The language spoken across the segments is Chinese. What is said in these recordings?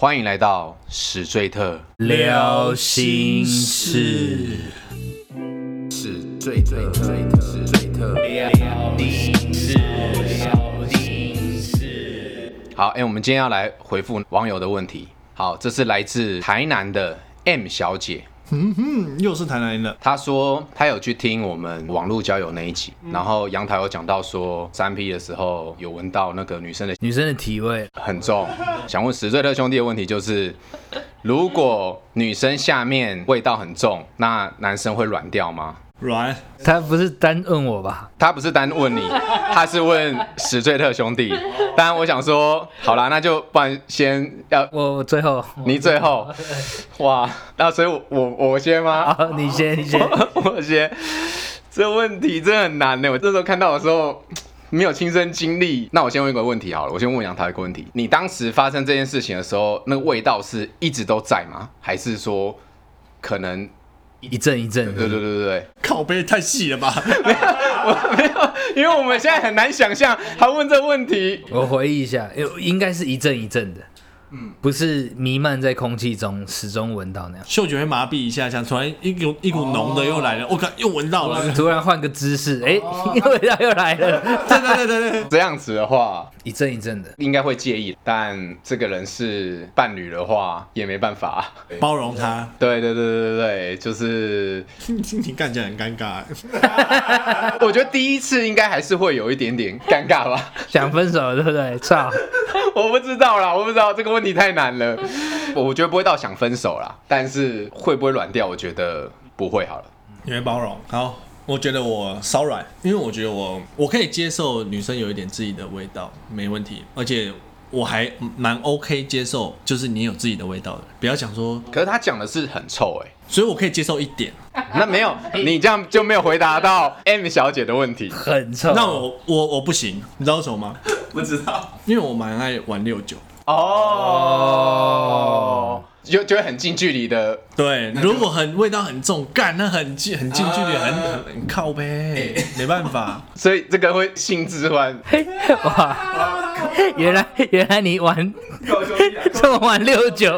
欢迎来到史最特，聊心事，史最特，最特，史最特，聊心事，聊心事。好，哎、我们今天要来回复网友的问题。好，这是来自台南的 M 小姐，嗯，又是台南人了。她说她有去听我们网络交友那一集，然后阳台有讲到说三 P 的时候有闻到那个女生的女生的体味，很重。想问史最特兄弟的问题就是，如果女生下面味道很重，那男生会软掉吗？软他不是单问我吧？他不是单问你，他是问史最特兄弟。当然，我想说，好啦，那就不然先要我我最后，你最后，哇，那所以我我我先吗？好，你先，你先。 我先，这问题真的很难欸呢。我那时候看到的时候。没有亲身经历，那我先问一个问题好了，我先问杨桃一个问题：你当时发生这件事情的时候，那个味道是一直都在吗？还是说可能？一阵一阵对对对对对，靠背太细了 吧？因为我们现在很难想象他问这问题，我回忆一下，有应该是一阵一阵的，嗯，不是弥漫在空气中，始终闻到那样。嗅觉会麻痹一下，像突然一股一股浓的又来哦了，我靠，又闻到了。突然换个姿势，哎、味道又来了，对 对对对对，这样子的话，一阵一阵的。应该会介意，但这个人是伴侣的话也没办法。包容他。对对对对对对，就是心情看起来很尴尬，我觉得第一次应该还是会有一点点尴尬吧，想分手了对不对？操， 我不知道啦，我不知道这个问题太难 了，我我觉得不会到想分手啦，但是会不会软掉，我觉得不会好了。你会包容。好，我觉得我稍软，因为我觉得我我可以接受女生有一点自己的味道，没问题，而且。我还蛮 OK 接受，就是你有自己的味道的，不要讲说，可是他讲的是很臭哎、所以我可以接受一点。那没 有你这样就没有回答到 M 小姐的问题。很臭。那我我我不行，你知道为什么吗？不知道因为我蛮爱玩六九。哦，就就会很近距离的对，如果很味道很重，干那很近很近距离，很很很靠呗，没办法。所以这个会性置换。哇，原来原来你玩 这么玩六九，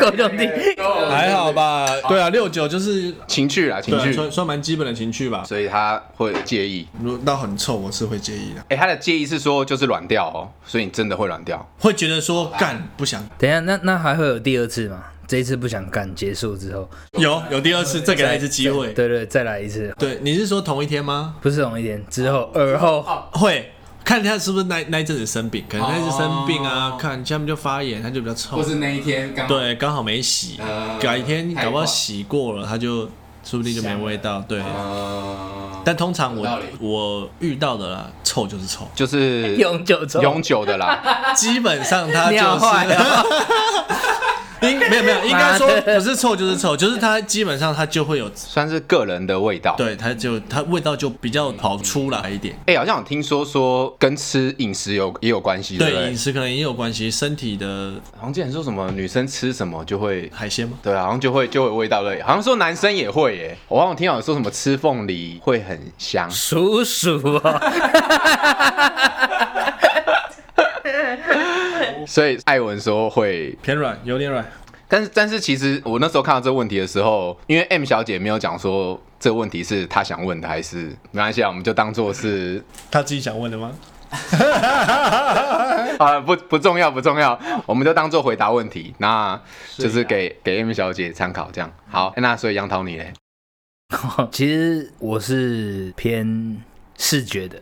狗兄弟， 还好吧？对啊，六九就是情趣啦，情对啊趣，算算蛮基本的情趣吧。所以他会介意。如果到很臭，我是会介意的，哎、他的介意是说就是软掉哦，所以你真的会软掉。会觉得说干不想。等一下，那那还会有第二次吗？这一次不想干，结束之后，有有第二次，呃再给他一次机会。对对，再来一次，对，你是说同一天吗？不是同一天，之后耳后。会。看他是不是那那一阵子生病，可能那一阵子生病啊，看下面就发炎，他就比较臭。那一天刚对，刚好没洗，改天搞不好洗过了，它就说不定就没味道。对，哦但通常我我遇到的啦，臭就是臭，就是永久 臭永久的啦。基本上它就尿坏是。 应没有没有， 应该说妈的不是臭就是臭，就是它基本上它就会有，算是个人的味道。，对，它就它味道就比较跑出来一点。哎、好像有听说说跟吃饮食有也有关系，对不对，对饮？食可能也有关系，身体的好像之前说什么女生吃什么就会，海鲜嘛，对啊，好像就会就会有味道对，好像说男生也会耶。我好像听到有说什么吃凤梨会很香，鼠鼠哦，所以艾文说会偏软，有点软。但是，但是其实我那时候看到这个问题的时候，因为 M 小姐没有讲说这个问题是她想问的，还是没关系啊，我们就当做是他自己想问的吗？ 啊，不不重要，不重要，我们就当做回答问题，那就是给给 M 小姐参考这样。好，那所以杨桃你嘞？其实我是偏视觉的，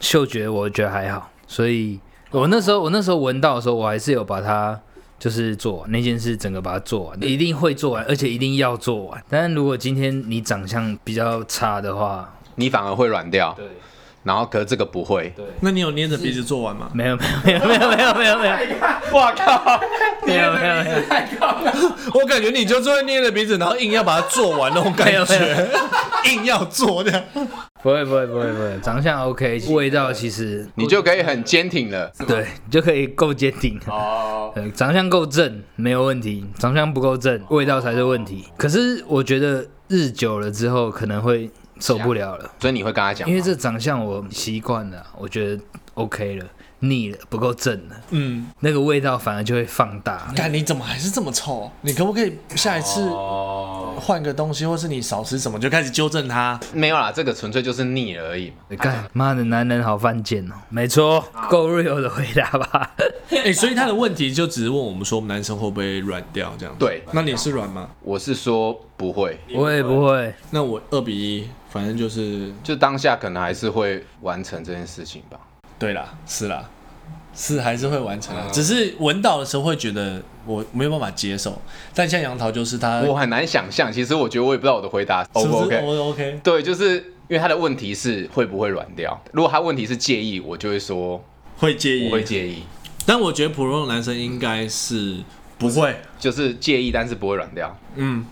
嗅觉我觉得还好，所以我那时候我那时候闻到的时候，我还是有把它就是做完那件事，整个把它做完，一定会做完，而且一定要做完。但是如果今天你长相比较差的话，你反而会软掉，对，然后可是这个不会。那你有捏着鼻子做完吗？没有没有没有没有没有没有没有我靠！没有没有没有。 我感觉你就是会捏着鼻子，然后硬要把它做完那种感 没有没觉，硬要做这样。不会不会不会不会，长相 OK，味道其实你就可以很坚挺了。对，你就可以够坚定。哦，呃，长相够正没有问题，长相不够正，味道才是问题。可是我觉得日久了之后可能会受不了了，所以你会跟他讲吗，因为这长相我习惯了，我觉得 OK 了。腻了，不够正了，嗯，那个味道反而就会放大。干你怎么还是这么臭？你可不可以下一次换个东西，或是你少吃什么就开始纠正 他？没有啦，这个纯粹就是腻了而已嘛。干妈的男人好犯贱哦，没错，够 real 的回答吧。哎、所以他的问题就只是问我们说，我们男生会不会软掉这样子？对那你是软吗？我是说不会，我也不会，那我二比一，反正就是就当下可能还是会完成这件事情吧。对啦，是啦，是还是会完成啊啦，只是闻到的时候会觉得我没有办法接受，但像杨桃就是他我很难想象，其实我觉得我也不知道我的回答 O 是不不是 OK。 O OK？对，就是因为他的问题是会不会软掉。如果他问题是介意，我就会说会介我意，会介意，但我觉得普通的男生应该是不会，就是介意，但是不会软掉。嗯。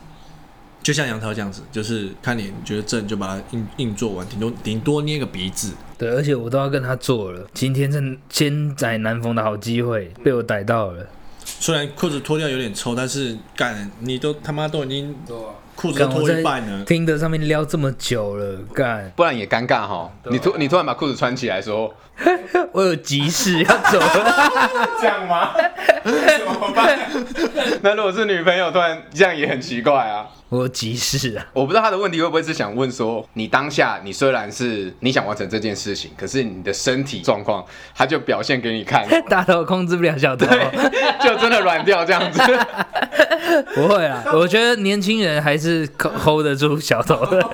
就像杨桃这样子，就是看你觉得正就把它硬硬做完，顶多顶多捏个鼻子，对，而且我都要跟他做了，今天真千载难逢的好机会被我逮到了。虽然裤子脱掉有点臭，但是干你都他妈都已经裤子都干我脱在一半了，听的上面撩这么久了，干，不然也尴尬哈。你突你突然把裤子穿起来说， 我有急事要走了。这样吗？ 怎么办？那如果是女朋友突然这样也很奇怪啊。 我有急事啊，我不知道他的问题会不会是想问说，你当下你虽然是你想完成这件事情，可是你的身体状况，他就表现给你 看，大头控制不了小头，就真的软掉这样子。不会啊，我觉得年轻人还是 hold 得住小头的。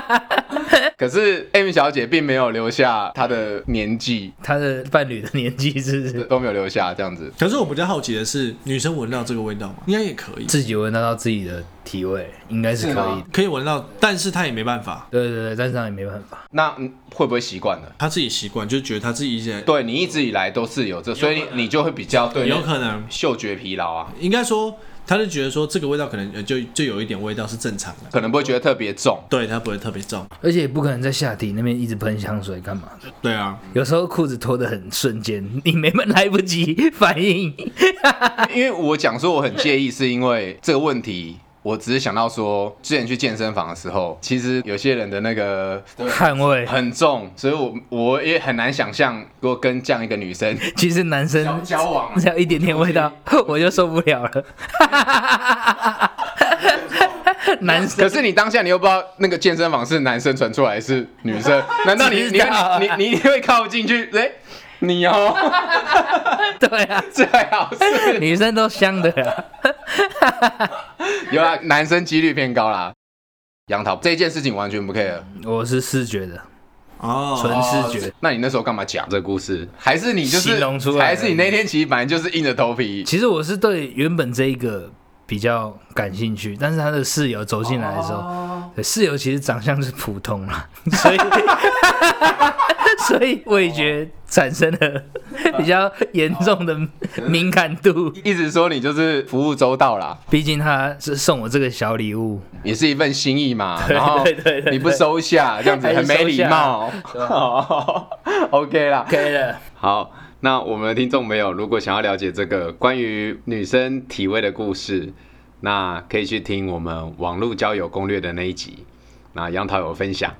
可是 Amy 小姐并没有留下她的年纪，他的伴侣的年纪是不是都没有留下这样子。可是我比较好奇的是，女生闻到这个味道吗？应该也可以，自己闻得到自己的体味，应该是是可以吗的。可以闻到，但是她也没办法，对对对，但是他也没办法。那嗯会不会习惯了？她自己习惯，就觉得她自己一些对你一直以来都是有这，所以你就会比较对有可能，嗅觉疲劳啊，应该说她就觉得说这个味道可能呃就就有一点味道是正常的，可能不会觉得特别重。对她不会特别重，而且也不可能在下体那边一直喷香水干嘛的。对啊，有时候裤子脱得很瞬间，你没来不及反应。因为我讲说我很介意，是因为这个问题。我只是想到说，之前去健身房的时候，其实有些人的那个捍卫，很重，所以我我也很难想象，如果跟这样一个女生其实男 生交往啊只要一点点味道， 我就受不了了。 男 生可是你当下你又不知道那个健身房是男生传出来是女生， 难道你你知道啊你你你会靠进去？哎、你哦， 对啊，最好是女生都香的啊啦。有啦，男生几率偏高啦。杨桃这件事情完全不 care，我是视觉的，哦，纯视觉。那你那时候干嘛讲这个故事？还是你就是形容出来还是你那天其实本来就是硬着头皮？其实我是对原本这一个比较感兴趣，但是他的室友走进来的时候，哦对室友其实长相是普通啦， 所以所以味觉产生了哦比较严重的敏感度。一直说你就是服务周到啦，毕竟他是送我这个小礼物，也是一份心意嘛。然后对对对你不收下，这样子还是很没收礼下啊貌。OK 啦，可以了。好，那我们的听众朋友如果想要了解这个关于女生体味的故事，那可以去听我们网络交友攻略的那一集，那杨桃有分享。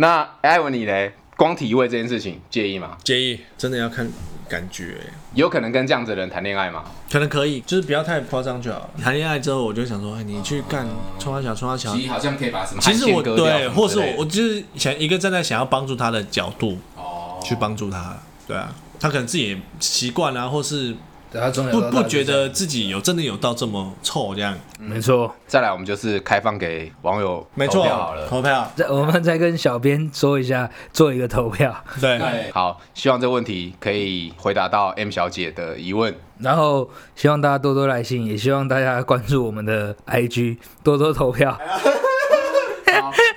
那艾文你嘞，光体味这件事情介意吗？介意，真的要看感觉、有可能跟这样子的人谈恋爱吗？可能可以，就是不要太夸张就好了。谈恋爱之后，我就想说，哎，你去干冲他小，冲他小，实好像可以把什么啊其实我对，或是是我我就是想一个站在想要帮助他的角度哦去帮助他，对啊，他可能自己也习惯啊，或是对他从不不觉得自己有真的有到这么臭这样，没错。再来，我们就是开放给网友没投错票好，了。投票再我们再跟小编说一下，做一个投票，对，好，希望这问题可以回答到 M 小姐的疑问。然后希望大家多多来信，也希望大家关注我们的 IG，多多投票。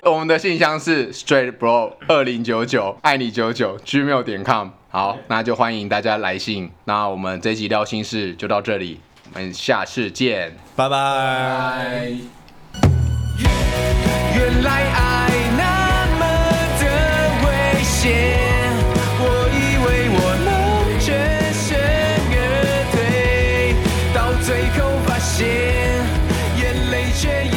我们的信箱是 straight bro 二零九九爱你九九 gmail 点 com。好，那就欢迎大家来信。那我们这集聊心事就到这里，我们下次见。拜拜。原来爱那么的危险，我以为我能全身而退，到最后发现眼泪却